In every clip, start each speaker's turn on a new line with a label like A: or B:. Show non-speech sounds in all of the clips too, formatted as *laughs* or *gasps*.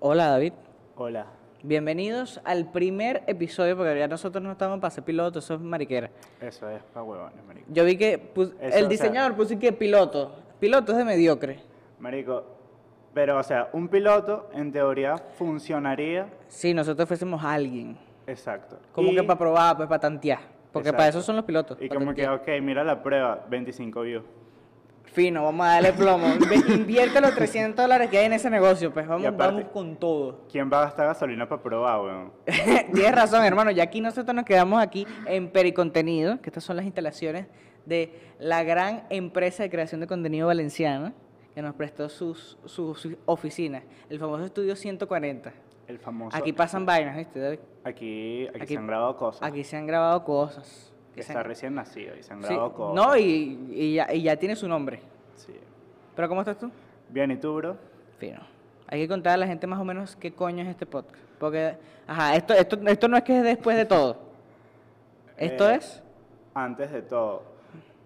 A: Hola David,
B: Hola.
A: bienvenidos al primer episodio, porque ya nosotros no estamos para ser pilotos, eso es mariquera.
B: Eso es pa' huevones, marico.
A: Yo vi que pus-
B: Eso,
A: el
B: o
A: diseñador puso que piloto, piloto es de mediocre.
B: Marico, pero o sea, un piloto en teoría funcionaría.
A: Si nosotros fuésemos alguien,
B: Exacto.
A: como
B: Y-
A: que para probar, pues para tantear, porque para
B: Exacto.
A: eso son los pilotos.
B: Y
A: pa'
B: como que,
A: tantear.
B: ok, mira la prueba, 25 views.
A: Fino, vamos a darle plomo, Inve- invierte los 300 dólares que hay en ese negocio, pues vamos,
B: aparte-
A: vamos con todo.
B: ¿Quién va a gastar gasolina para probar, weón?
A: *laughs* Tienes razón, hermano. Ya aquí nosotros nos quedamos aquí en Pericontenido, que estas son las instalaciones de la gran empresa de creación de contenido valenciana que nos prestó sus, sus, sus oficinas, el famoso estudio 140.
B: El famoso.
A: Aquí pasan vainas, ¿viste, David?
B: Aquí, aquí,
A: aquí-
B: se han grabado cosas.
A: Aquí se han grabado cosas. que se
B: Está
A: han-
B: recién nacido y se han
A: Sí,
B: grabado cosas.
A: No, y, y ya, y ya tiene su nombre.
B: Sí.
A: ¿Pero cómo estás tú?
B: Bien, ¿y tú, bro?
A: Fino. Hay que contar a la gente más o menos qué coño es este podcast. Porque, ajá, esto, esto, esto no es que es después de todo. Esto
B: Eh,
A: es...
B: Antes de todo,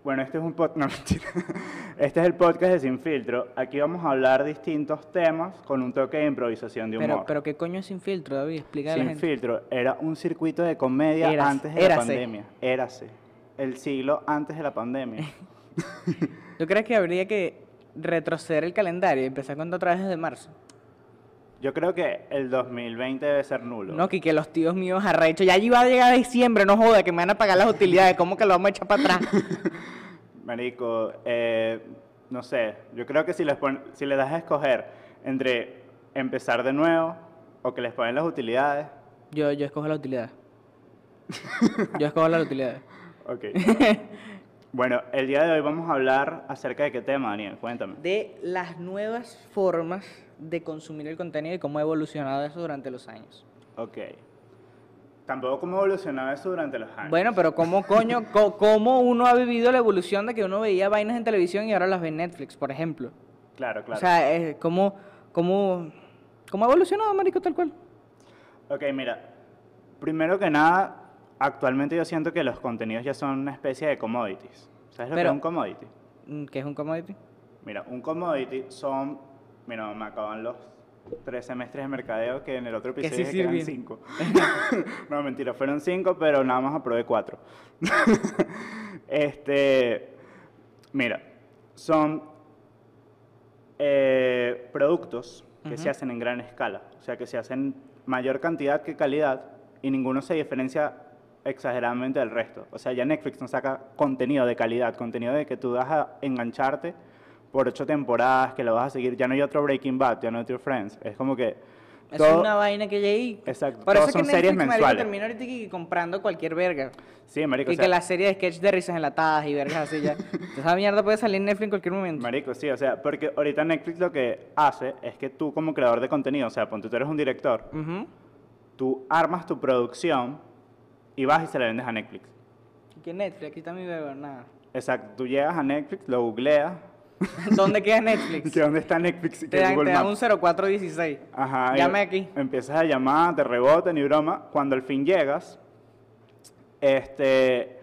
B: bueno, este es un podcast, *laughs* no mentira. Este es el podcast de Sin Filtro. Aquí vamos a hablar distintos temas con un toque de improvisación de humor.
A: Pero, pero qué coño es sin filtro, David, explica a la
B: Sin
A: gente.
B: filtro, era un circuito de comedia
A: Érase,
B: antes de la
A: érase.
B: pandemia. Érase. El siglo antes de
A: *laughs*
B: la pandemia.
A: ¿Tú crees que habría que retroceder el calendario y empezar cuando otra vez desde marzo?
B: Yo creo que el 2020 debe ser nulo.
A: No, que, que los tíos míos arrechos, ya allí va a llegar diciembre, no joda, que me van a pagar las utilidades, ¿cómo que lo vamos a echar para
B: *laughs*
A: atrás?
B: Marico, eh, no sé. Yo creo que si les, pon- si les das a escoger entre empezar de nuevo o que les paguen las utilidades.
A: Yo, yo escojo la utilidad. Yo escojo la utilidad.
B: Ok. *laughs* bueno, el día de hoy vamos a hablar acerca de qué tema, Daniel. Cuéntame.
A: De las nuevas formas de consumir el contenido y cómo ha evolucionado eso durante los años.
B: Ok. Tampoco cómo evolucionaba eso durante los años.
A: Bueno, pero ¿cómo coño, co- cómo uno ha vivido la evolución de que uno veía vainas en televisión y ahora las ve en Netflix, por ejemplo?
B: Claro, claro.
A: O sea, eh, ¿cómo, cómo, cómo ha evolucionado, marico, tal cual?
B: Ok, mira, primero que nada, actualmente yo siento que los contenidos ya son una especie de commodities. ¿Sabes lo que
A: Pero-
B: es un commodity?
A: Mm, ¿Qué es un commodity?
B: Mira, un commodity son, mira, me acaban los tres semestres de mercadeo que en el otro
A: Que
B: episodio
A: sí
B: dije que eran
A: sirven.
B: cinco. *laughs* no, mentira, fueron cinco, pero nada más aprobé cuatro. *laughs* este, mira, son eh, productos que se
A: Ujú.
B: hacen en gran escala, o sea, que se hacen mayor cantidad que calidad y ninguno se diferencia exageradamente del resto. O sea, ya Netflix no saca contenido de calidad, contenido de que tú vas a engancharte por ocho temporadas, que lo vas a seguir. Ya no hay otro Breaking Bad, ya no hay otro Friends. Es como que
A: Es
B: todo-
A: una vaina que llegué.
B: Exacto,
A: Por eso
B: todos
A: es que
B: son series
A: Netflix, marico,
B: mensuales.
A: termina ahorita que- que comprando cualquier verga.
B: Sí, marico,
A: y
B: o sea,
A: que la serie de sketch de risas enlatadas y vergas
B: *laughs*
A: así ya. Esa mierda puede salir en Netflix en cualquier momento.
B: Marico, sí, o sea, porque ahorita Netflix lo que hace es que tú como creador de contenido, o sea, ponte tú eres un director,
A: Ujú.
B: tú armas tu producción y vas y se la vendes a Netflix.
A: Y Que Netflix, aquí está mi verga, nada. *laughs*
B: Exacto, tú llegas a Netflix, lo googleas, *laughs*
A: ¿Dónde queda Netflix?
B: que dónde está Netflix y
A: te
B: que
A: dan,
B: Google
A: te dan
B: Maps.
A: un 0416.
B: Ajá. y
A: Llame aquí.
B: Empiezas a llamar, te rebotan y broma. Cuando al fin llegas, este,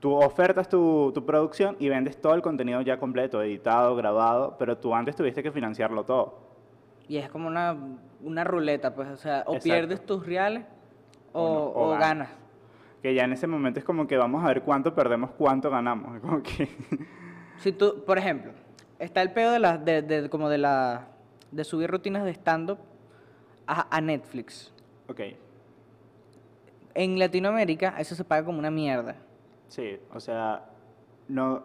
B: tú ofertas tu, tu producción y vendes todo el contenido ya completo, editado, grabado, pero tú antes tuviste que financiarlo todo.
A: Y es como una, una ruleta, pues, o sea, o
B: Exacto.
A: pierdes tus reales o,
B: O no, o
A: o
B: ganas.
A: ganas.
B: Que ya en ese momento es como que vamos a ver cuánto perdemos, cuánto ganamos. *laughs* Como que,
A: Si tú, por ejemplo, está el pedo de las de, de- como de la de subir rutinas de stand up a, a Netflix.
B: ok,
A: En Latinoamérica eso se paga como una mierda.
B: sí, o sea, no,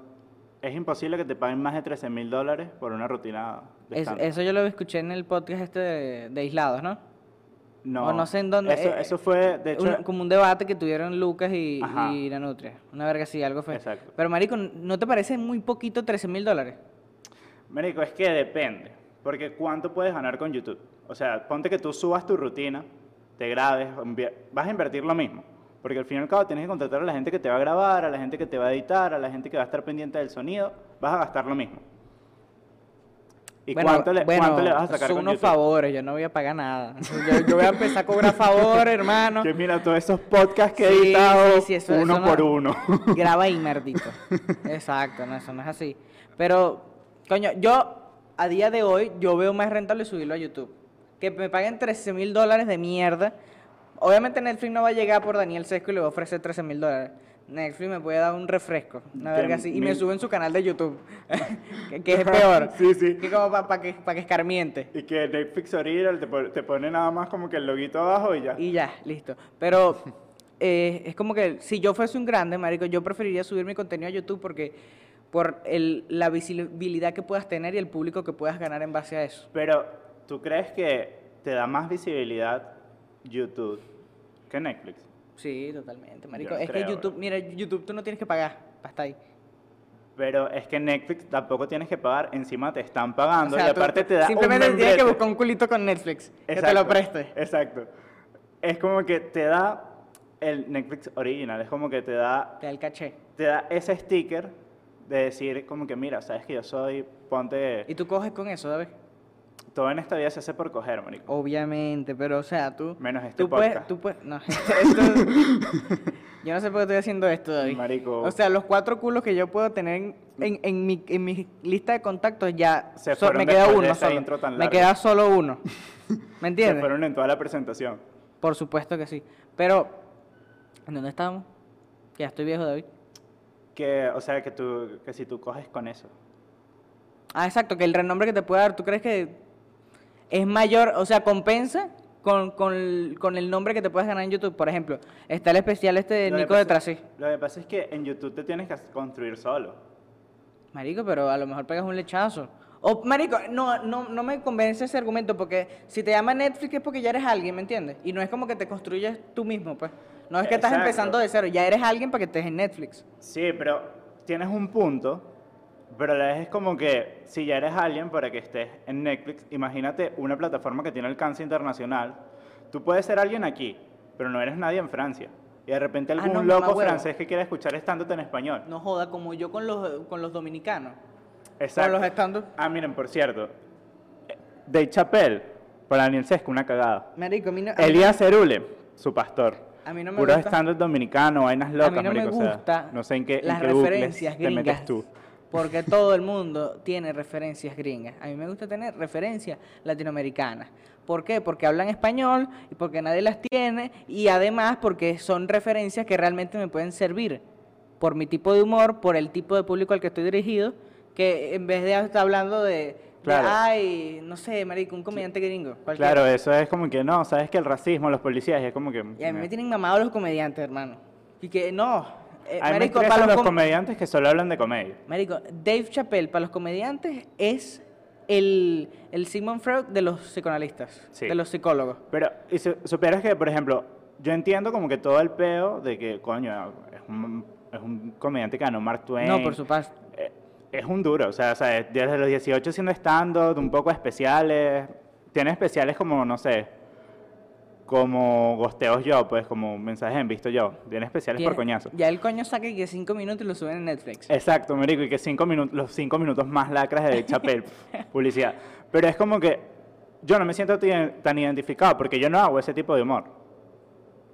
B: es imposible que te paguen más de 13 mil dólares por una rutina de
A: Es-
B: stand-up.
A: eso yo lo escuché en el podcast este de, de Aislados, ¿no?
B: no,
A: o no sé en dónde,
B: Eso,
A: eh,
B: eso fue, de hecho,
A: Un- como un debate que tuvieron Lucas y,
B: Ajá.
A: y la Nutria. Una verga así, algo fue.
B: Exacto.
A: Pero marico, ¿no te parece muy poquito 13 mil dólares?
B: Marico, es que depende. Porque ¿cuánto puedes ganar con YouTube? O sea, ponte que tú subas tu rutina, te grabes, envi- vas a invertir lo mismo. Porque al fin y al cabo tienes que contratar a la gente que te va a grabar, a la gente que te va a editar, a la gente que va a estar pendiente del sonido, vas a gastar lo mismo. ¿Y cuánto, le,
A: bueno,
B: cuánto le vas a sacar
A: son
B: con
A: unos
B: YouTube?
A: favores, yo no voy a pagar nada. Yo, yo voy a empezar a cobrar
B: *laughs*
A: favores, hermano.
B: Que mira, todos esos podcasts que he
A: Sí,
B: editado,
A: sí, sí, eso-
B: uno
A: eso no-
B: por uno.
A: Graba ahí, merdito. Exacto, no, eso no es así. Pero, coño, yo a día de hoy, yo veo más rentable subirlo a YouTube. que me paguen 13 mil dólares de mierda. Obviamente Netflix no va a llegar por Daniel Sesco y le va a ofrecer 13 mil dólares. Netflix me puede dar un refresco, una
B: Que
A: verga así, y
B: mi-
A: me suben su canal de YouTube, *laughs* *laughs* que, que es peor.
B: *laughs* Sí, sí.
A: Que como para que, pa' que escarmiente.
B: Y que Netflix ahorita te, pon- te pone nada más como que el loguito abajo y ya.
A: Y ya, listo. Pero eh, es como que si yo fuese un grande, marico, yo preferiría subir mi contenido a YouTube porque por el, la visibilidad que puedas tener y el público que puedas ganar en base a eso.
B: Pero, ¿tú crees que te da más visibilidad YouTube que Netflix?
A: Sí, totalmente, marico.
B: Yo no
A: es
B: creo,
A: que
B: eh. bro.
A: YouTube, mira, YouTube tú no tienes que pagar para estar ahí.
B: Pero es que Netflix tampoco tienes que pagar, encima te están pagando
A: O sea,
B: y
A: tú-
B: aparte te da
A: Simplemente
B: un
A: tienes que
B: membrete.
A: buscar un culito con Netflix que te
B: Exacto,
A: lo preste.
B: Exacto. Es como que te da el Netflix original, es como que te da,
A: Te da el caché.
B: te da ese sticker de decir como que mira, sabes que yo soy, ponte...
A: Y tú coges con eso, ¿sabes?
B: Todo en esta vida se hace por coger, marico.
A: Obviamente, pero o sea, tú.
B: Menos este
A: tú puedes,
B: podcast.
A: tú puedes- No, *laughs* esto- yo no sé por qué estoy haciendo esto, David.
B: Marico.
A: O sea, los cuatro culos que yo puedo tener en, en- en mi, en mi lista de contactos ya.
B: Se
A: so-
B: fueron
A: me queda
B: después de
A: uno
B: esa
A: solo.
B: intro tan
A: me
B: larga.
A: queda solo
B: *laughs*
A: uno. ¿Me
B: Se
A: entiendes?
B: fueron en toda la presentación.
A: Por supuesto que sí. Pero, ¿en dónde estábamos? Ya estoy viejo, David.
B: Que, o sea, que, tú, que si tú coges con eso.
A: Ah, exacto, que el renombre que te puede dar, ¿tú crees que es mayor, o sea, compensa con, con, el- con el nombre que te puedes ganar en YouTube? Por ejemplo, está el especial este de
B: Lo que
A: Nico
B: pasa-
A: de Trasí.
B: Lo que pasa es que en YouTube te tienes que construir solo.
A: Marico, pero a lo mejor pegas un lechazo. O, marico, no, no, no me convence ese argumento porque si te llama Netflix es porque ya eres alguien, ¿me entiendes? Y no es como que te construyes tú mismo, pues. No es que estás
B: Exacto.
A: empezando de cero, ya eres alguien para que estés en Netflix.
B: Sí, pero tienes un punto, pero a la vez es como que si ya eres alguien para que estés en Netflix, imagínate una plataforma que tiene alcance internacional. Tú puedes ser alguien aquí, pero no eres nadie en Francia. Y de repente
A: Ah, no,
B: algún
A: mamá
B: loco
A: huevo.
B: francés que quiera escuchar estándote en español.
A: No joda, como yo con los, con los dominicanos.
B: Exacto.
A: Con los stand-up.
B: Ah, miren, por cierto. Dave Chappelle, para Daniel Sesco, una cagada.
A: Marico, a mí no- a mí-
B: Elías Cerule, su pastor.
A: A mí no me
B: Puro
A: gusta.
B: stand-up dominicano, vainas locas,
A: a mí no
B: marico, o
A: me
B: sea,
A: gusta
B: no sé en qué, en
A: las
B: qué bucles
A: referencias
B: te
A: gringas
B: metes tú.
A: porque todo el mundo tiene referencias gringas a mí me gusta tener referencias latinoamericanas ¿Por qué? Porque hablan español y porque nadie las tiene y además porque son referencias que realmente me pueden servir por mi tipo de humor, por el tipo de público al que estoy dirigido, que en vez de estar hablando de, de,
B: Claro.
A: ay, no sé, marico, un comediante gringo. cualquiera".
B: Claro, eso es como que no, sabes que el racismo, los policías, es como que...
A: Y a mí me tienen mamado los comediantes, hermano. Y que no, eh,
B: A mí me
A: marico,
B: estresan
A: para los
B: los
A: com-
B: comediantes que solo hablan de comedia.
A: Marico, Dave Chappelle para los comediantes es el, el Sigmund Freud de los psicoanalistas,
B: Sí.
A: de los psicólogos.
B: Pero, y su- supieras que, por ejemplo, yo entiendo como que todo el peo de que, coño, es un, es un comediante que ganó Mark Twain.
A: No, por supuesto.
B: Eh, es un duro, o sea, o sea, desde los 18 siendo stand-up, un poco especiales. Tiene especiales como, no sé, como gosteos yo, pues, como mensajes en visto yo. Tiene especiales
A: Tiene-
B: por coñazo. Eh.
A: Ya el coño saca que cinco minutos y lo suben en Netflix.
B: Exacto, marico, y que cinco minutos, los cinco minutos más lacras de Chapel, publicidad. Pero es como que yo no me siento ti- tan identificado porque yo no hago ese tipo de humor.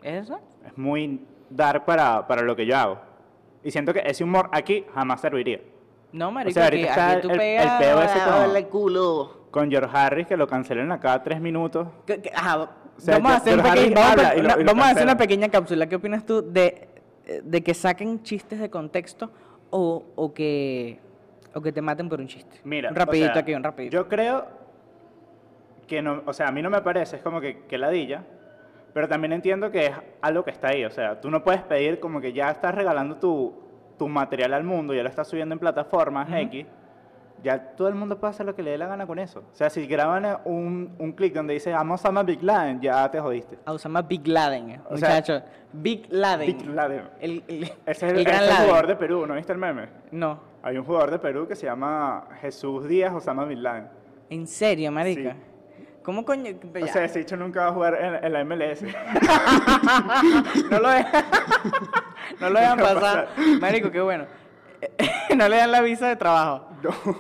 A: ¿Es eso?
B: Es muy dar para, para lo que yo hago. Y siento que ese humor aquí jamás serviría.
A: No, marico,
B: sea,
A: que
B: ahorita está
A: aquí tú
B: el- el
A: pegas
B: peo ese
A: ah,
B: como-
A: dale culo.
B: Con George Harris, que lo cancelan a cada tres minutos,
A: Que- que- ajá,
B: sea,
A: vamos a
B: yo-
A: hacer, un
B: George
A: pequeño-
B: Harris
A: vamos a
B: habla
A: pe-
B: y lo-
A: una-
B: y lo
A: vamos a hacer
B: cancela.
A: una pequeña cápsula. ¿Qué opinas tú de, de que saquen chistes de contexto o, o que, o que te maten por un chiste?
B: Mira,
A: un
B: o
A: rapidito
B: sea,
A: aquí, un rapidito.
B: Yo creo que no, o sea, a mí no me parece, es como que, que ladilla, pero también entiendo que es algo que está ahí, o sea, tú no puedes pedir como que ya estás regalando tu, tu material al mundo, ya lo estás subiendo en plataformas
A: Ujú.
B: X, ya todo el mundo puede hacer lo que le dé la gana con eso. O sea, si graban eh, un, un clic donde dice, amo a Big Laden, ya te jodiste.
A: a Osama Ah, Big Laden, eh,
B: O sea,
A: muchacho. Big Laden.
B: Big Laden.
A: El, el-
B: *laughs* Ese es
A: el
B: el,
A: gran
B: ese es el
A: Laden.
B: jugador de Perú, ¿no viste el meme?
A: No,
B: Hay un jugador de Perú que se llama Jesús Díaz Osama Bin Laden.
A: en serio, marica. ¿Cómo coño?
B: O
A: Pues Ya.
B: sea, ese dicho nunca va a jugar en, en la MLS. *laughs*
A: no lo dejan, *laughs* no
B: *laughs*
A: lo dejan
B: No va a
A: pasar. Marico, qué bueno. *laughs* no le dan la visa de trabajo.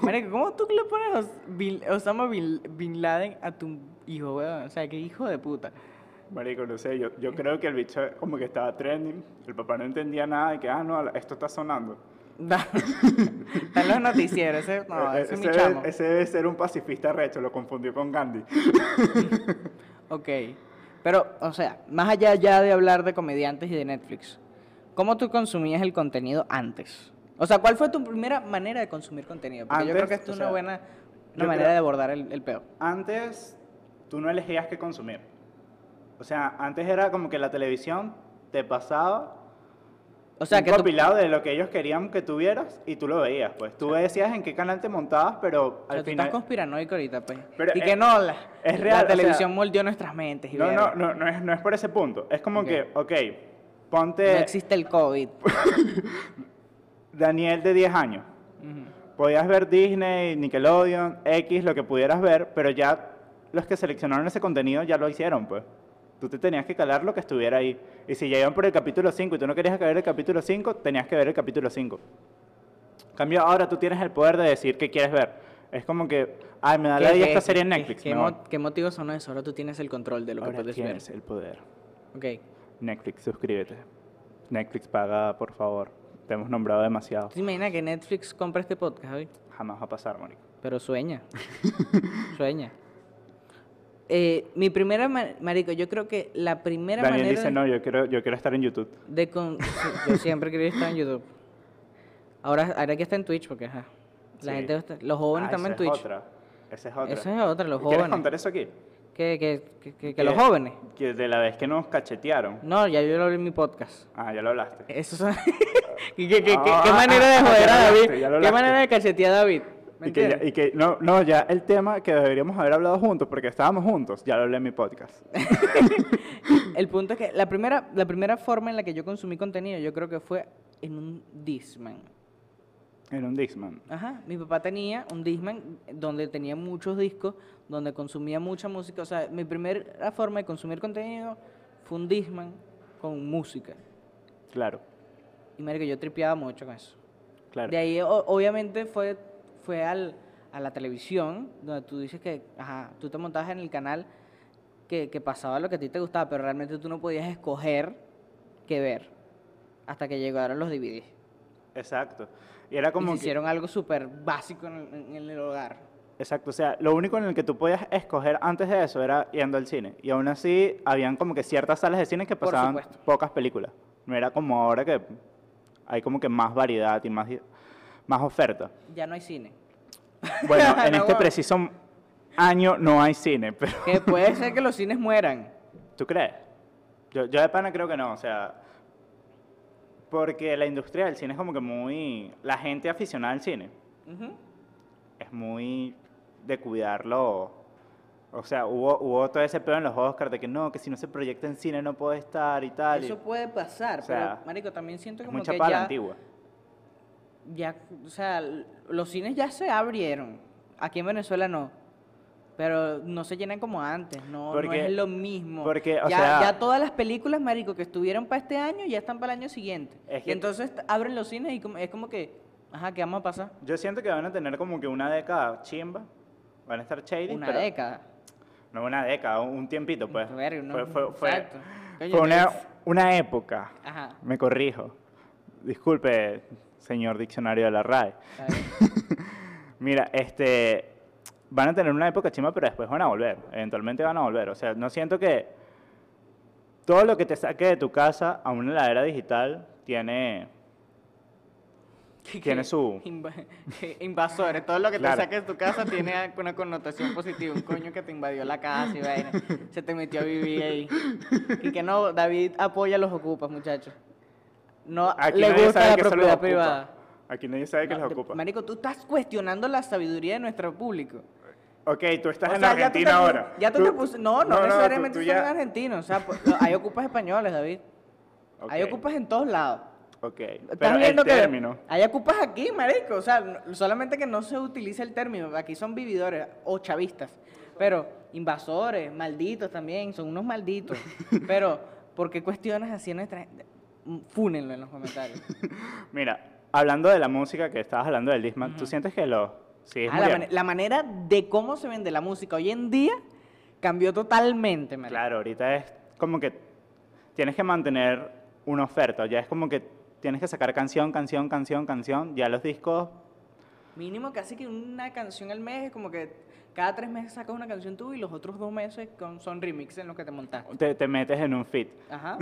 A: Marico, ¿cómo tú le pones Os- Bin- Osama Bin, Bin Laden a tu hijo, weón? O sea, qué hijo de puta. *laughs*
B: Marico, no sé, yo, yo creo que el bicho como que estaba trending, el papá no entendía nada y que, ah, no, esto está sonando.
A: Están los noticieros, ese, no,
B: Eh,
A: ese es mi
B: ese
A: chamo.
B: debe- ese debe ser un pacifista recho, lo confundió con Gandhi.
A: Ok. Pero, o sea, más allá ya de hablar de comediantes y de Netflix, ¿cómo tú consumías el contenido antes? O sea, ¿cuál fue tu primera manera de consumir contenido? Porque yo creo
B: Antes,
A: que esto
B: o
A: es
B: sea,
A: una buena una
B: yo
A: manera
B: creo-
A: de abordar el, el peo.
B: Antes tú no elegías qué consumir. O sea, antes era como que la televisión te pasaba
A: O sea,
B: un
A: que tú,
B: compilado de lo que ellos querían que tuvieras y tú lo veías. Pues tú decías en qué canal te montabas, pero
A: o sea,
B: al
A: tú estás
B: final...
A: conspiranoico ahorita, pues.
B: Pero
A: y
B: es-
A: que no, la,
B: es
A: la
B: real, o sea-
A: televisión moldeó nuestras mentes. Y
B: No,
A: verga.
B: no, no, no es, no es por ese punto. Es como
A: Ok.
B: que, ok,
A: No
B: ponte
A: existe el COVID.
B: Daniel de 10 años.
A: Ujú.
B: Podías ver Disney, Nickelodeon, X, lo que pudieras ver, pero ya los que seleccionaron ese contenido ya lo hicieron, pues. Tú te tenías que calar lo que estuviera ahí. Y si ya iban por el capítulo 5 y tú no querías ver el capítulo 5, tenías que ver el capítulo 5. Cambio, ahora tú tienes el poder de decir qué quieres ver. Es como que, ay, me da la
A: ¿Qué-
B: idea
A: qué-
B: esta serie en
A: qué-
B: Netflix.
A: ¿Qué,
B: me
A: mo-
B: voy.
A: qué motivos son esos? Ahora tú tienes el control de lo
B: Ahora
A: que puedes ver.
B: tienes el poder.
A: Ok.
B: Netflix, suscríbete. Netflix paga, por favor. Te hemos nombrado demasiado.
A: ¿Tú te imaginas que Netflix compra este podcast hoy?
B: Jamás va a pasar, Mónica.
A: Pero
B: *laughs*
A: sueña. sueña. Eh, mi primera, ma- marico, yo creo que la primera
B: Daniel
A: manera
B: dice,
A: de-
B: no, yo quiero, yo quiero estar en YouTube.
A: de... con- yo siempre quería estar en YouTube. Ahora, ahora que está en Twitch, porque ajá. La
B: Sí.
A: gente, está- los jóvenes
B: Ah,
A: también en
B: esa es
A: Twitch.
B: otra. Esa es otra.
A: Esa es otra, los
B: ¿Quieres
A: jóvenes.
B: contar eso aquí?
A: Que, que, que- que- que los jóvenes.
B: Que de la vez que nos cachetearon.
A: No, Eh, ya yo lo vi en mi podcast.
B: Ah, ya lo hablaste.
A: Eso son... *laughs* ¿Qué, qué- qué- qué
B: Ah,
A: manera de
B: ah,
A: joder
B: *laughs*
A: a
B: ya lo
A: David?
B: hablaste, ya lo
A: ¿Qué
B: hablaste.
A: manera de cachetear a David? ¿Me
B: Y que, ya-
A: entiendes?
B: y que- no, no, ya el tema que deberíamos haber hablado juntos, porque estábamos juntos, ya lo hablé en
A: *laughs*
B: mi podcast.
A: El punto es que la primera, la primera forma en la que yo consumí contenido, yo creo que fue en un Disman.
B: En un Dixman.
A: Ajá, mi papá tenía un Disman donde tenía muchos discos, donde consumía mucha música. O sea, mi primera forma de consumir contenido fue un Disman con música.
B: Claro,
A: Y que yo tripeaba mucho con eso.
B: claro.
A: De ahí, o- obviamente, fue, fue al, a la televisión, donde tú dices que, ajá, tú te montabas en el canal que, que pasaba lo que a ti te gustaba, pero realmente tú no podías escoger qué ver hasta que llegaron los DVDs.
B: Exacto. Y era
A: Como
B: como que,
A: hicieron algo súper básico en el, en el hogar.
B: Exacto, o sea, lo único en el que tú podías escoger antes de eso era yendo al cine. Y aún así, habían como que ciertas salas de cine que
A: Por
B: pasaban
A: supuesto.
B: pocas películas. No era como ahora que hay como que más variedad y más,
A: *laughs*
B: más oferta.
A: Ya no hay cine.
B: Bueno, en
A: No,
B: este
A: bueno.
B: preciso año no hay cine, *laughs* pero
A: Que puede ser que los cines mueran.
B: ¿tú crees? Yo, yo de pana creo que no, o sea, porque la industria del cine es como que muy... La gente aficionada al cine
A: Ujú.
B: es muy de cuidarlo. O sea, hubo, hubo todo ese pedo en los Oscars de que no, que si no se proyecta en cine no puedo estar y tal. y
A: Eso puede pasar,
B: O sea,
A: pero, marico, también siento
B: es
A: como
B: mucha
A: que
B: pala
A: ya,
B: antigua.
A: ya, o sea, l- los cines ya se abrieron. Aquí en Venezuela no. Pero no se llenan como antes, no, no
B: Porque-
A: es lo mismo.
B: porque, o
A: ya,
B: sea-
A: ya todas las películas, marico, que estuvieron para este año ya están para el año siguiente.
B: Es
A: Y
B: que-
A: entonces t- abren los cines y como- es como que, ajá, ¿qué vamos a pasar?
B: Yo siento que van a tener como que una década chimba. Van a estar shady.
A: Una
B: pero-
A: década.
B: No una década, un un tiempito, pues.
A: Verga, no,
B: Fue, fue- fue-
A: exacto. Coño,
B: fue una,
A: entonces-
B: una época.
A: Ajá.
B: Me corrijo. Disculpe, señor diccionario de la RAE.
A: está bien.
B: Mira, este. Van a tener una época chima, pero después van a volver. Eventualmente van a volver. O sea, no siento que. Todo lo que te saque de tu casa a una heladera digital tiene.
A: que-
B: Tiene
A: que
B: su-
A: inva- *laughs* que invasores. Todo lo que
B: Claro.
A: te saques de tu
B: *laughs*
A: casa tiene una connotación positiva. Un coño que te invadió la casa y vaina, se te metió a vivir ahí. Y que no, David apoya a los ocupas, muchachos. No le
B: nadie sabe
A: gusta la
B: que eso los
A: propiedad
B: ocupa.
A: privada.
B: Aquí nadie sabe que
A: No,
B: los
A: te-
B: ocupa.
A: Marico, tú estás cuestionando la sabiduría de nuestro público.
B: Ok, tú estás
A: O sea, ya tú
B: en
A: te
B: Argentina
A: pus-
B: ahora.
A: Ya tú, te pus- No, no,
B: tú-
A: necesariamente
B: tú
A: son
B: ya-
A: argentinos. O sea, pues, no, hay ocupas españoles, David. Hay
B: Ok,
A: ocupas en todos lados.
B: Ok,
A: ¿Estás
B: pero el
A: viendo que
B: término.
A: Hay ocupas aquí, marico. O sea, no- solamente que no se utiliza el término. Aquí son vividores o chavistas. Pero invasores, malditos también, son unos
B: *laughs*
A: malditos. Pero, ¿por qué cuestionas así a nuestra gente? Mm, Fúnenlo en los
B: *laughs*
A: comentarios.
B: Mira, hablando de la música que estabas hablando del Disman, ¿tú sientes que los sí,
A: Ah, la, mane- la manera de cómo se vende la música hoy en día cambió totalmente, marico.
B: Claro, ahorita es como que tienes que mantener una oferta, ya es como que tienes que sacar canción, canción, canción, canción. Ya los discos,
A: Mínimo casi que una canción al mes, es como que cada tres meses sacas una canción tú y los otros dos meses con- son remixes en los que te montaste.
B: te, te metes en un fit.
A: Ajá.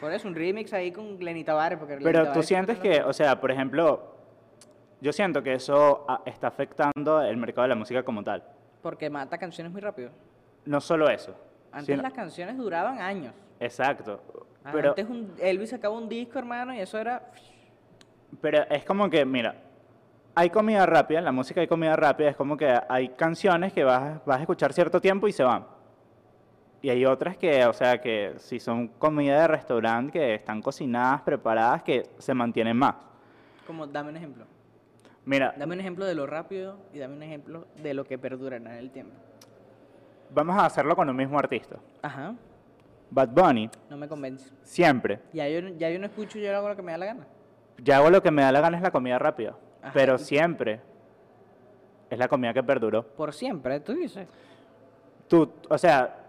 A: Por eso, un remix ahí con Lenny Tavares. Porque Lenny
B: Pero tú
A: Tavares
B: sientes
A: siempre
B: que, o sea, por ejemplo, yo siento que eso ah, está afectando el mercado de la música como tal.
A: lo- Porque mata canciones muy rápido.
B: No solo eso.
A: Antes
B: sino-
A: las canciones duraban años.
B: Exacto.
A: Ah,
B: Pero,
A: Antes un, Elvis sacaba un disco, hermano, y eso era...
B: pero es como que, mira, hay comida rápida, en la música hay comida rápida, es como que hay canciones que vas, vas a escuchar cierto tiempo y se van. Y hay otras que, o sea, que si son comida de restaurante, que están cocinadas, preparadas, que se mantienen más.
A: Como, dame un ejemplo.
B: Mira,
A: Dame un ejemplo de lo rápido y dame un ejemplo de lo que perdurará en el tiempo.
B: vamos a hacerlo con un mismo artista.
A: Ajá,
B: Bad Bunny,
A: no me convence.
B: siempre,
A: Ya yo, ya yo no escucho, yo hago lo que me da la gana.
B: Yo hago lo que me da la gana es la comida rápida.
A: Ajá,
B: Pero
A: y-
B: siempre es la comida que perduró.
A: Por siempre, tú dices.
B: Tú, o sea,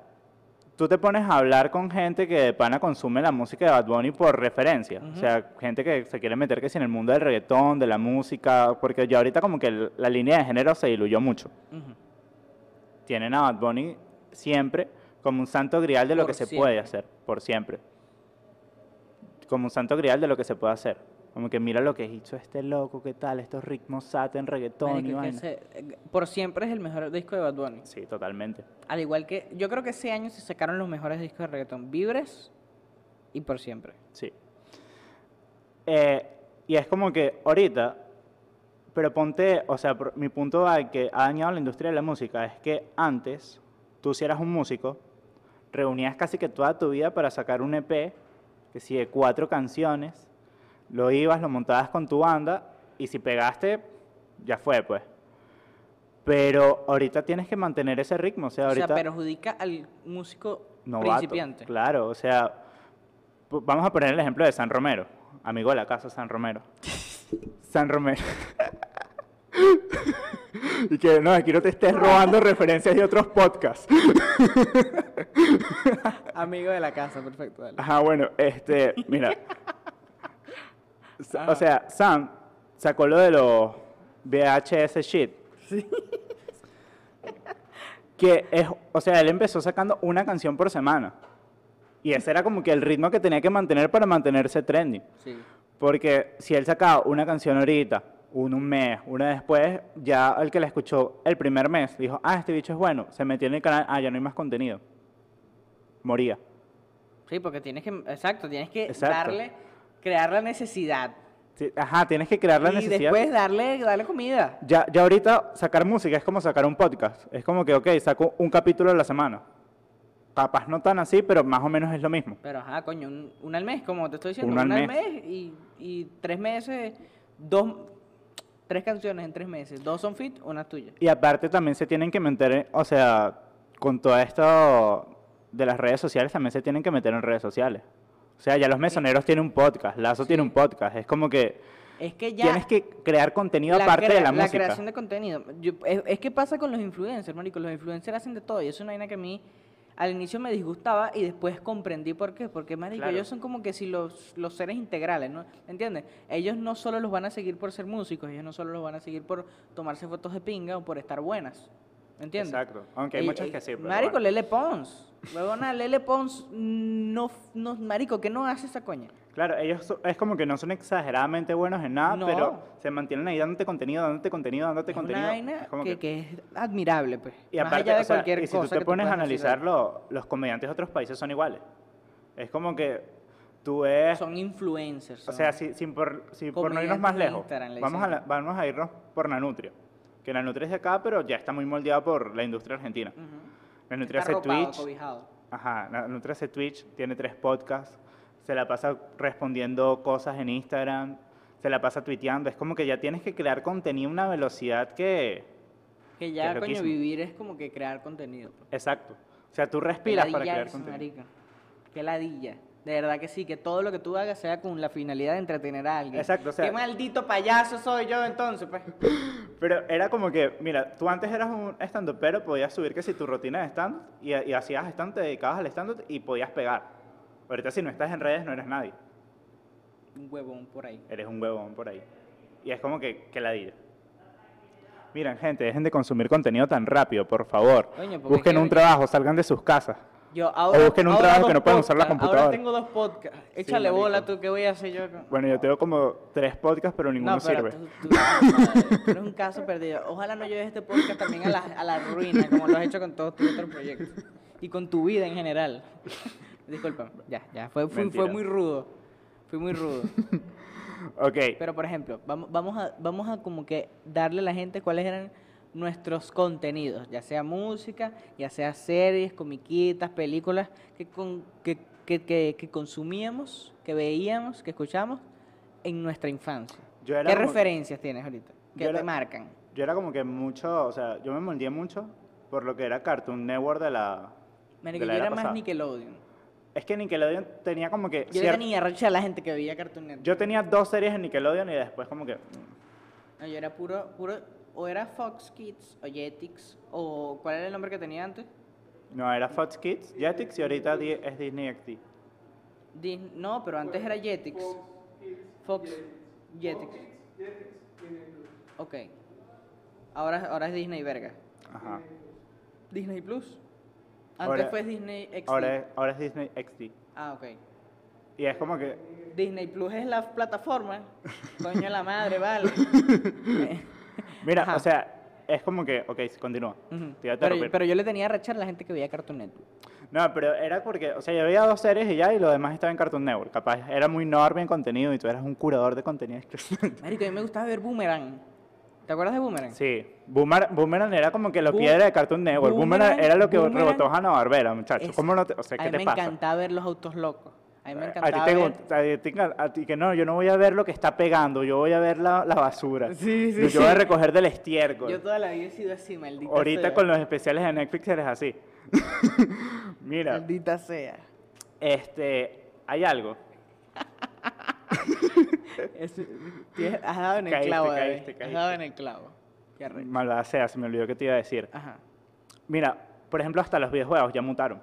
B: tú te pones a hablar con gente que de pana consume la música de Bad Bunny por referencia. O sea, gente que se quiere meter que si en el mundo del reggaetón, de la música, porque ya ahorita como que el- la línea de género se diluyó mucho.
A: Ujú.
B: Tienen a Bad Bunny siempre como un santo grial de lo
A: Por
B: que se
A: siempre.
B: puede hacer, por siempre. Como un santo grial de lo que se puede hacer. Como que mira lo que hizo este loco, qué tal, estos ritmos saten, reggaetón y
A: Marico, es
B: vaina.
A: que ese- eh, por siempre es el mejor disco de Bad Bunny.
B: Sí, totalmente.
A: Al igual que, yo creo que ese año se sacaron los mejores discos de reggaetón. Vibres y por siempre.
B: Sí. Eh, y es como que ahorita, pero ponte, o sea, por- mi punto va que ha dañado la industria de la música es que antes, tú si eras un músico, reunías casi que toda tu vida para sacar un EP, que si de cuatro canciones, lo ibas, lo montabas con tu banda, y si pegaste, ya fue, pues. Pero ahorita tienes que mantener ese ritmo, o sea,
A: O sea,
B: ahorita
A: perjudica al músico
B: novato,
A: principiante.
B: Claro, o sea, p- vamos a poner el ejemplo de San Romero, amigo de la casa San Romero. San Romero. *laughs* y que no, aquí no te estés robando referencias de otros podcasts.
A: Amigo de la casa, perfecto. dale.
B: Ajá, bueno, este, mira. Sa- O sea, Sam sacó lo de los VHS shit. Que es, o sea, él empezó sacando una canción por semana. Y ese era como que el ritmo que tenía que mantener para mantenerse trending.
A: Sí.
B: Porque si él sacaba una canción ahorita, una un mes, una después, ya el que la escuchó el primer mes dijo, ah, este bicho es bueno, se metió en el canal, ah, ya no hay más contenido. Moría.
A: Sí, porque tienes que, exacto, tienes que
B: Exacto.
A: darle, crear la necesidad.
B: Sí, Ajá, tienes que crear la
A: y
B: necesidad.
A: después darle, darle comida.
B: Ya, ya ahorita sacar música es como sacar un podcast. Es como que, ok, saco un capítulo a la semana. Capaz no tan así, pero más o menos es lo mismo.
A: Pero ajá, coño, un, un al mes, como te estoy diciendo,
B: Uno
A: un
B: al
A: al mes,
B: mes.
A: y, y tres meses, dos, tres canciones en tres meses, dos son fit, una es tuya.
B: Y aparte también se tienen que meter, en- o sea, con todo esto de las redes sociales, también se tienen que meter en redes sociales. O sea, ya los mesoneros tienen un podcast, Lazo tiene un podcast. Es como que
A: Es que ya
B: tienes que crear contenido
A: la
B: aparte de
A: crea-
B: la,
A: la
B: música.
A: creación de contenido. Yo- es, es que pasa con los influencers, marico, los influencers hacen de todo y eso es una vaina que a mí al inicio me disgustaba y después comprendí por qué, porque marico,
B: Claro.
A: ellos son como que si los, los seres integrales, ¿no? ¿Entiendes? Ellos no solo los van a seguir por ser músicos, ellos no solo los van a seguir por tomarse fotos de pinga o por estar buenas. ¿Entiendes?
B: Exacto. Aunque hay
A: Ey,
B: muchas
A: ey,
B: que sí. pero
A: Marico,
B: bueno.
A: Lele Pons. Huevona, Lele Pons no, f- no, marico, que no hace esa coña.
B: Claro, ellos so- es como que no son exageradamente buenos en nada,
A: No.
B: pero se mantienen ahí dándote contenido, dándote contenido, dándote
A: Es
B: este contenido.
A: una vaina
B: Es como
A: que, que es admirable, pues.
B: Y
A: Más
B: aparte,
A: allá de
B: o sea,
A: cualquier
B: y si
A: cosa
B: tú te
A: que
B: pones a
A: puedas decir,
B: analizarlo, los comediantes de otros países son iguales. Es como que tú ves,
A: Son influencers.
B: o sea,
A: son-
B: si, sin por, si por no
A: comediantes
B: irnos más
A: de
B: lejos,
A: Instagram, le
B: vamos a,
A: dicen.
B: la- vamos a irnos por Nanutria, que Nanutria es de acá, pero ya está muy moldeado por la industria argentina.
A: Ujú. Mm,
B: Nanutria
A: Está
B: hace
A: arropado,
B: Twitch,
A: cobijado.
B: Ajá, na- Nutra hace Twitch, tiene tres podcasts, se la pasa respondiendo cosas en Instagram, se la pasa tuiteando. Es como que ya tienes que crear contenido a una velocidad que.
A: Que
B: Que
A: ya, coño,
B: es loquísimo.
A: vivir es como que crear contenido. pues.
B: Exacto. O sea, tú
A: Qué
B: respiras para
A: ladilla
B: crear
A: eso,
B: contenido.
A: marico. Qué ladilla. De verdad que sí, que todo lo que tú hagas sea con la finalidad de entretener a alguien.
B: Exacto, o sea-
A: Qué maldito payaso soy yo entonces, pues.
B: Pero era como que, mira, tú antes eras un stand pero podías subir que si tu rutina de stand y, y hacías stand, te dedicabas al stand y podías pegar. Ahorita si no estás en redes no eres nadie.
A: un huevón por ahí.
B: Eres un huevón por ahí. Y es como que, que ladilla. Miren, gente, dejen de consumir contenido tan rápido, por favor.
A: Coño, porque
B: Busquen
A: es que-
B: un trabajo, salgan de sus casas.
A: Yo ahora,
B: busquen un
A: ahora
B: trabajo que
A: dos
B: no puedan usar la
A: podcasts,
B: computadora.
A: Ahora tengo dos podcasts. Échale
B: marico.
A: bola tú, ¿qué voy a hacer yo? con-
B: Bueno, yo tengo como tres podcasts, pero ninguno
A: No, pero
B: sirve.
A: tú, tú- madre, tú eres un caso perdido. Ojalá no lleves este podcast también a la, a la ruina, como lo has hecho con todos tus otros proyectos. Y con tu vida en general. *laughs* Disculpa, ya, ya. Fue, fui- fue
B: Mentira.
A: muy rudo. Fui muy rudo.
B: Ok,
A: Pero, por ejemplo, vamos, vamos, a, vamos a como que darle a la gente cuáles eran nuestros contenidos, ya sea música, ya sea series, comiquitas, películas que, con- que, que, que, que consumíamos, que veíamos, que escuchamos en nuestra infancia.
B: Yo
A: ¿Qué
B: era como-
A: referencias tienes ahorita? ¿Qué
B: yo
A: te
B: era-
A: marcan?
B: yo era como que mucho, o sea, yo me moldeé mucho por lo que era Cartoon Network de la.
A: Marico, yo
B: de la
A: era,
B: era
A: más
B: pasada.
A: Nickelodeon.
B: Es que Nickelodeon tenía como que.
A: Yo
B: cier-
A: le tenía racha a la gente que veía Cartoon Network.
B: yo tenía dos series en Nickelodeon y después como que. mm,
A: No, yo era puro, puro, o era Fox Kids, o Jetix, o ¿cuál era el nombre que tenía antes?
B: No, era Fox Kids, Jetix y ahorita di- es Disney XD.
A: Dis- no, pero antes era Jetix. Fox, Jetix. Ok. Ahora, ahora es Disney Verga.
B: Ajá.
A: Disney Plus. Antes
B: Ahora-
A: fue Disney XD.
B: Ahora es, ahora es Disney XD.
A: Ah, ok.
B: Y es como que.
A: Disney Plus es la
B: *laughs*
A: plataforma. Coño la madre, vale.
B: Mira,
A: Ajá.
B: o sea, es como que. Ok, continúa.
A: Ujú.
B: Te iba a interrumpir.
A: pero, pero yo le tenía rachar a la gente que veía Cartoon Network.
B: No, pero era porque, o sea, yo veía dos series y ya, y lo demás estaba en Cartoon Network. Capaz era muy enorme en contenido y tú eras un curador de contenido.
A: *laughs* Marico, a mí me gustaba ver Boomerang. ¿Te acuerdas de Boomerang?
B: sí, Boomer- Boomerang era como que lo
A: Boom-
B: piedra de Cartoon Network. Boomerang,
A: Boomerang-
B: era lo que
A: Boomerang-
B: rebotó Hanna Barbera, muchachos.
A: Es-
B: ¿Cómo no te, o sea,
A: a
B: ¿qué
A: mí
B: te
A: me
B: pasa?
A: encantaba ver los autos locos. A mí me
B: a ti
A: encantaba
B: te
A: ver...
B: gusta- a ti te- a ti que no, yo no voy a ver lo que está pegando, yo voy a ver la, la basura.
A: Sí, sí,
B: yo, yo voy a
A: sí.
B: recoger del estiércol.
A: Yo toda la vida he sido así, maldita
B: Ahorita
A: sea.
B: con los especiales de Netflix eres así. *laughs* Mira,
A: Maldita sea.
B: este, hay algo.
A: Es- tienes- has dado en el
B: eh, Caíste,
A: clavo, David.
B: caíste,
A: Has
B: caíste.
A: dado en el clavo. Qué arrecho.
B: Maldad sea, se me olvidó que te iba a decir.
A: Ajá.
B: Mira, por ejemplo, hasta los videojuegos ya mutaron.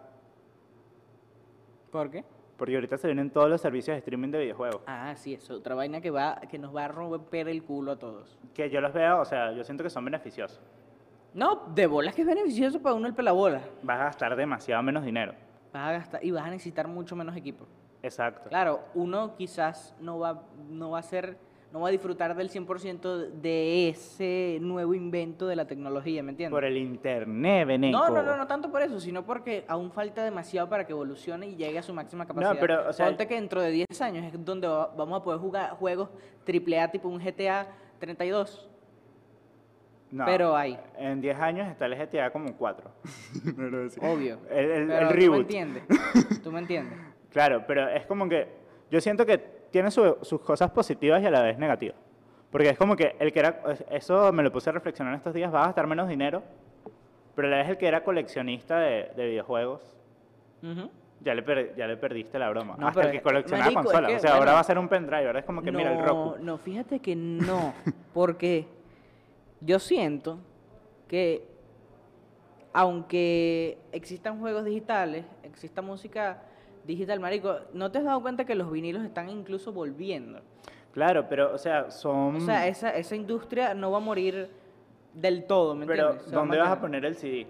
A: ¿Por qué?
B: Porque ahorita se vienen todos los servicios de streaming de videojuegos.
A: Ah, sí, es otra vaina que, va, que nos va a romper el culo a todos.
B: Que yo los veo, o sea, yo siento que son beneficiosos.
A: No, de bolas que es beneficioso para uno el pelabola.
B: Vas a gastar demasiado menos dinero.
A: Vas a gastar y vas a necesitar mucho menos equipo.
B: Exacto.
A: Claro, uno quizás no va, no va a ser, no va a disfrutar del 100% de ese nuevo invento de la tecnología, ¿me entiendes?
B: Por el internet, Beneco.
A: No, no, no, no tanto por eso, sino porque aún falta demasiado para que evolucione y llegue a su máxima capacidad.
B: pero, o sea-
A: Ponte que dentro de 10 años es donde va- vamos a poder jugar juegos AAA tipo un GTA 32.
B: No.
A: Pero hay.
B: En 10 años está el GTA como 4.
A: Obvio.
B: *laughs* El,
A: Pero Tú
B: el- el
A: me
B: reboot. *laughs*
A: entiendes. Tú me entiendes.
B: Claro, pero es como que. Yo siento que tiene su- sus cosas positivas y a la vez negativas. Porque es como que el que era. Eso me lo puse a reflexionar estos días. Va a gastar menos dinero. Pero a la vez el que era coleccionista de, de videojuegos.
A: Ujú.
B: Ya le, per- ya le perdiste la broma.
A: No,
B: Hasta
A: pero
B: el que
A: es-
B: coleccionaba
A: marico, es
B: consolas.
A: que,
B: o sea, ahora
A: bueno,
B: va a ser un pendrive. Ahora es como que, mira, el Roku.
A: No, fíjate que
B: *laughs*
A: no. Porque yo siento que aunque existan juegos digitales, exista música digital, marico, ¿no te has dado cuenta que los vinilos están incluso volviendo?
B: Claro, pero, o sea, son...
A: O sea, esa, esa industria no va a morir del todo, ¿me
B: pero,
A: entiendes? Se va
B: ¿dónde vas a
A: mantener.
B: poner el CD?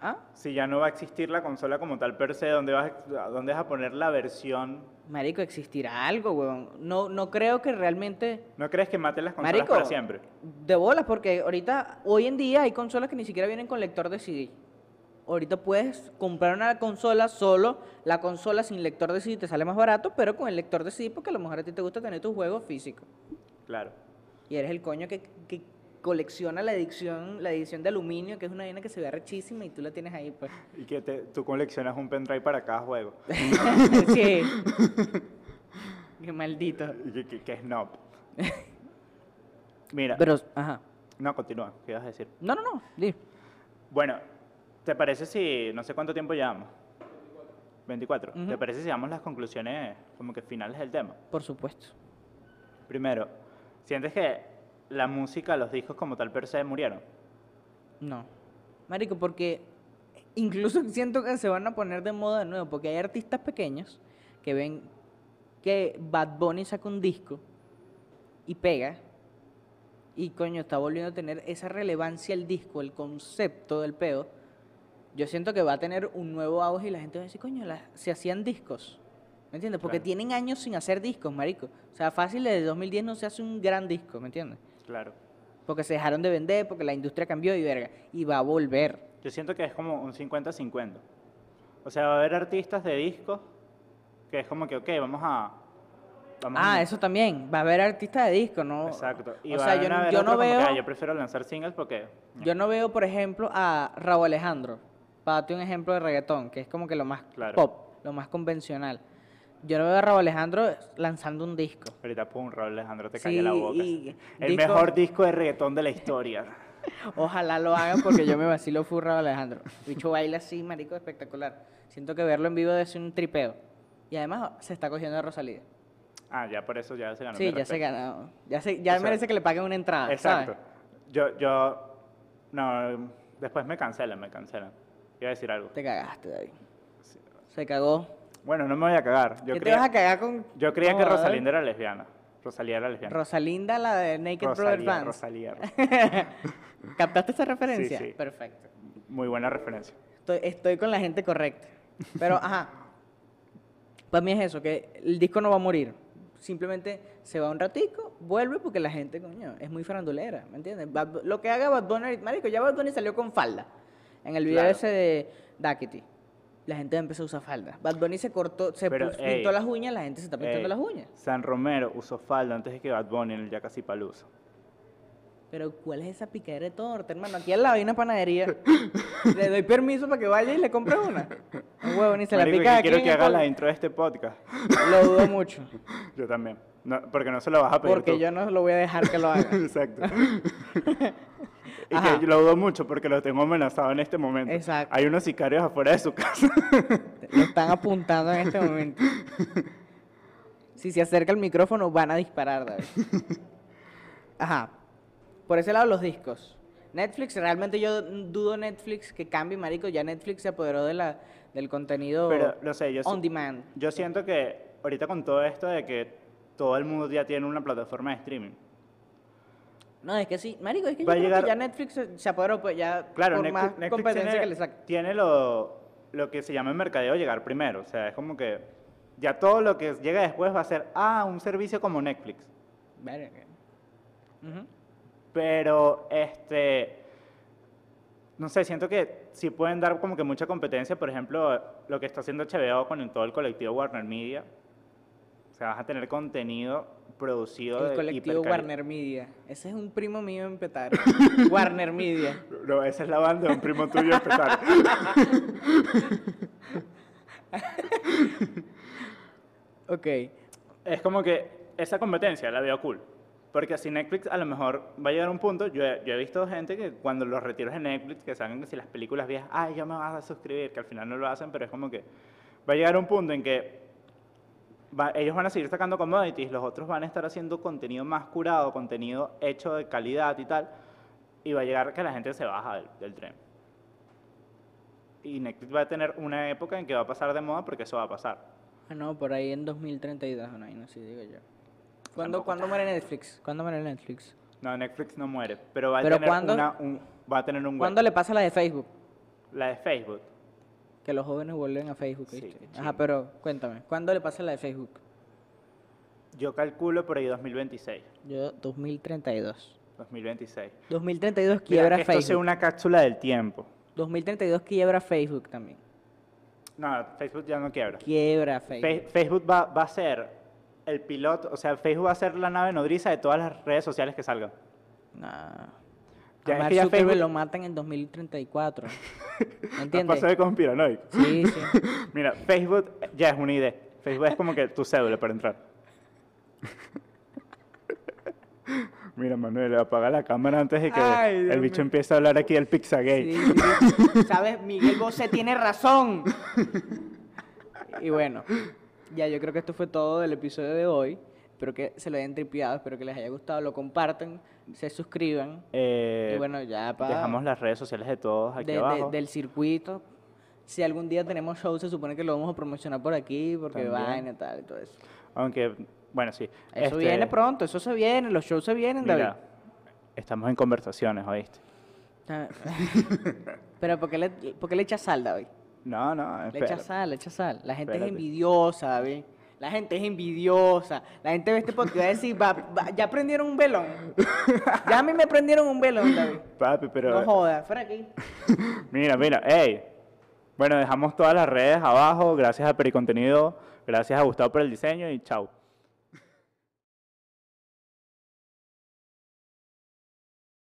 A: ¿Ah?
B: Si ya no va a existir la consola como tal per se, ¿dónde vas a, dónde vas a poner la versión?
A: Marico, existirá algo, huevón. No, no creo que realmente...
B: ¿No crees que maten las consolas
A: Marico,
B: para siempre?
A: de bolas, porque ahorita, hoy en día hay consolas que ni siquiera vienen con lector de CD. Ahorita puedes comprar una consola solo, la consola sin lector de CD te sale más barato, pero con el lector de CD porque a lo mejor a ti te gusta tener tus juegos físicos.
B: Claro.
A: Y eres el coño que, que colecciona la edición, la edición de aluminio, que es una vaina que se ve rechísima y tú la tienes ahí, pues.
B: Y que te- tú coleccionas un pendrive para
A: *laughs*
B: cada juego.
A: sí. Qué maldito.
B: Y que, que- que snob.
A: *laughs*
B: Mira,
A: Pero, ajá.
B: no, continúa. ¿Qué ibas a decir?
A: No, no, no. di.
B: Bueno, ¿te parece si, no sé cuánto tiempo llevamos? 24.
A: Ujú.
B: ¿Te parece si damos las conclusiones como que finales del tema?
A: Por supuesto.
B: Primero, ¿sientes que la música, los discos como tal per se murieron?
A: No. Marico, porque *laughs* incluso siento que se van a poner de moda de nuevo, porque hay artistas pequeños que ven que Bad Bunny saca un disco y pega, y coño, está volviendo a tener esa relevancia el disco, el concepto del peo, yo siento que va a tener un nuevo auge y la gente va a decir, coño, la- se hacían discos. ¿Me entiendes? Porque
B: Claro.
A: tienen años sin hacer discos, marico. O sea, fácil desde 2010 no se hace un gran disco, ¿me entiendes?
B: Claro.
A: Porque se dejaron de vender, porque la industria cambió y verga. Y va a volver.
B: Yo siento que es como un 50-50. O sea, va a haber artistas de discos que es como que, ok, vamos a... vamos a
A: Ah,
B: inventar.
A: eso también. Va a haber artistas de disco, ¿no?
B: Exacto. Y
A: o
B: va
A: sea,
B: a haber-
A: yo,
B: haber
A: yo no
B: otros como que,
A: veo,
B: "Ah, yo prefiero lanzar singles porque...
A: yo no veo, por ejemplo, a Raúl Alejandro. Para darte un ejemplo de reggaetón, que es como que lo más
B: Claro.
A: pop, lo más convencional. Yo no veo a Raúl Alejandro lanzando un disco.
B: Ahorita, pum, Raúl Alejandro, te
A: Sí,
B: cagué la boca.
A: y
B: El
A: disco-
B: mejor disco de reggaetón de la historia.
A: Ojalá lo hagan porque yo me vacilo full Raúl Alejandro. Bicho baila así, marico, espectacular. Siento que verlo en vivo es un tripeo. Y además se está cogiendo a Rosalía.
B: Ah, ya por eso ya se ganó. mi
A: Sí, ya se
B: respeto.
A: ganó. Ya, se, ya
B: O sea,
A: merece que le paguen una entrada.
B: Exacto.
A: ¿sabes?
B: Yo, yo... No, después me cancelan, me cancelan. Iba a decir algo.
A: Te cagaste, David. Se cagó.
B: Bueno, no me voy a cagar. Yo
A: ¿Qué
B: creía,
A: te vas a cagar con.?
B: yo creía
A: No,
B: que
A: a ver.
B: Rosalinda era lesbiana. Rosalía era lesbiana.
A: Rosalinda, la de Naked Brother
B: Rosalía,
A: Fans. *laughs*
B: Rosalía, Rosalía.
A: ¿Captaste esa referencia?
B: sí.
A: Perfecto.
B: Muy buena referencia.
A: Estoy, estoy con la gente correcta.
B: *laughs*
A: Pero, ajá. Para mí es eso, que el disco no va a morir. Simplemente se va un ratico, vuelve porque la gente, coño, es muy farandulera, ¿me entiendes? Bad Bu- lo que haga Bad Bunny, marico, ya Bad Bunny salió con falda. En el video
B: Claro.
A: ese de Daquiti. La gente empezó a usar falda. Bad Bunny se cortó, se
B: Pero,
A: pus-
B: ey,
A: pintó las uñas, la gente se está pintando
B: Ey,
A: las uñas.
B: Eh, San Romero usó falda antes de que Bad Bunny en el Jackass
A: Pero ¿cuál es esa picadera de torta, hermano? Aquí al lado hay una
B: *laughs*
A: panadería. le doy permiso para que vaya y le compre una. Un huevo, ni se la
B: Marico,
A: pica aquí
B: que quiero
A: en
B: que
A: el
B: hagas
A: col-
B: la intro de este podcast. *gasps*
A: Lo dudo
B: *laughs*
A: mucho.
B: Yo también. No, porque no se lo vas a pedir
A: Porque
B: tú.
A: yo no lo voy a dejar que lo haga.
B: *laughs*
A: *laughs*
B: Exacto. y
A: Ajá.
B: que lo dudo mucho porque lo tengo amenazado en este momento.
A: Exacto.
B: Hay unos sicarios afuera de su *laughs* casa.
A: Lo están apuntando en este
B: *laughs*
A: momento. Si se acerca el micrófono, van a disparar,
B: *laughs*
A: David. Ajá. Por ese lado, los discos. Netflix, realmente yo dudo Netflix que cambie, marico. Ya Netflix se apoderó de la, del contenido
B: Pero, no sé, yo, si-
A: on demand.
B: yo siento que ahorita con todo esto de que todo el mundo ya tiene una plataforma de streaming.
A: No, es que sí. Marico, es que yo
B: Va a
A: creo que
B: llegar-
A: ya Netflix se, se apoderó, pues ya
B: Claro,
A: por
B: Netflix,
A: más
B: Netflix
A: competencia
B: tiene,
A: que le saque.
B: tiene lo, lo que se llama el mercadeo llegar primero. O sea, es como que ya todo lo que llega después va a ser, ah, un servicio como Netflix.
A: Verga. Ujú.
B: Pero, este, no sé, siento que sí pueden dar como que mucha competencia. Por ejemplo, lo que está haciendo HBO con el- todo el colectivo Warner Media. O sea, vas a tener contenido producido
A: El
B: de
A: colectivo
B: hipercalidad.
A: Warner Media. Ese es un primo mío en Petare. *laughs* Warner Media.
B: No, esa es la banda de un primo tuyo *laughs* en Petare.
A: Ok.
B: es como que esa competencia la veo cool. Porque así Netflix a lo mejor va a llegar a un punto, yo he, yo he visto gente que cuando los retiros de Netflix, que saben que si las películas viejas, ay, ya me vas a suscribir, que al final no lo hacen, pero es como que va a llegar a un punto en que va- ellos van a seguir sacando commodities, los otros van a estar haciendo contenido más curado, contenido hecho de calidad y tal, y va a llegar que la gente se baja del, del tren. Y Netflix va a tener una época en que va a pasar de moda porque eso va a pasar.
A: Ah, No, por ahí en 2032, no, no sí, digo yo. ¿Cuándo,
B: Tampoco
A: ¿cuándo muere Netflix? ¿Cuándo muere Netflix?
B: No, Netflix no muere, pero va a
A: ¿Pero
B: tener
A: cuándo?
B: una- un, va a tener un
A: ¿Cuándo
B: hueco.
A: le pasa la de Facebook?
B: La de Facebook.
A: Que los jóvenes vuelven a Facebook,
B: Sí,
A: ¿viste?
B: qué
A: Ajá,
B: chimbo.
A: pero cuéntame, ¿cuándo le pasa la de Facebook?
B: Yo calculo por ahí 2026.
A: Yo, 2032.
B: 2026. Mira,
A: 2032 quiebra
B: que esto
A: Facebook.
B: sea una cápsula del tiempo.
A: 2032 quiebra Facebook también.
B: No, Facebook ya no quiebra.
A: Quiebra Facebook.
B: Fe- Facebook va, va a ser el piloto, o sea, Facebook va a ser la nave nodriza de todas las redes sociales que salgan.
A: No.
B: Ya
A: a
B: es
A: Mark
B: que ya
A: Zuckerberg
B: Facebook-
A: lo matan en 2034. ¿Me
B: No paso
A: entiendes?
B: de conspiranoico.
A: Sí,
B: *laughs*
A: sí.
B: Mira, Facebook ya es una idea. Facebook es como que tu cédula para entrar. Mira, Manuel, apaga la cámara antes de que
A: Ay, Dios
B: el bicho
A: mío.
B: empiece a hablar aquí del Pizzagate.
A: Sí, sí. ¿Sabes? Miguel Bosé tiene razón. Y bueno, ya yo creo que esto fue todo del episodio de hoy. Espero que se lo hayan tripiado, espero que les haya gustado. Lo compartan, se suscriban.
B: Eh,
A: y bueno, ya para.
B: dejamos las redes sociales de todos aquí abajo.
A: del circuito. Si algún día tenemos show, se supone que lo vamos a promocionar por aquí, porque
B: También.
A: vaina, tal y todo eso.
B: Aunque, bueno, sí.
A: Eso
B: este,
A: viene pronto, eso se viene, los shows se vienen, David.
B: mira, estamos en conversaciones, ¿oíste?
A: Ah, *laughs* Pero ¿por qué, le, por qué le echas sal, David?
B: No, no,
A: Le
B: espera.
A: echas sal, le echas sal. La gente es
B: Espérate.
A: envidiosa, David. La gente es envidiosa. La gente ve este podcast y va a decir, "Va- va- ya prendieron un
B: *laughs*
A: velón. Ya a mí me prendieron un velón, David.
B: Papi, pero...
A: No jodas, fuera aquí.
B: Mira, mira, hey. Bueno, dejamos todas las redes abajo. Gracias a Pericontenido, gracias a Gustavo por el diseño y chao.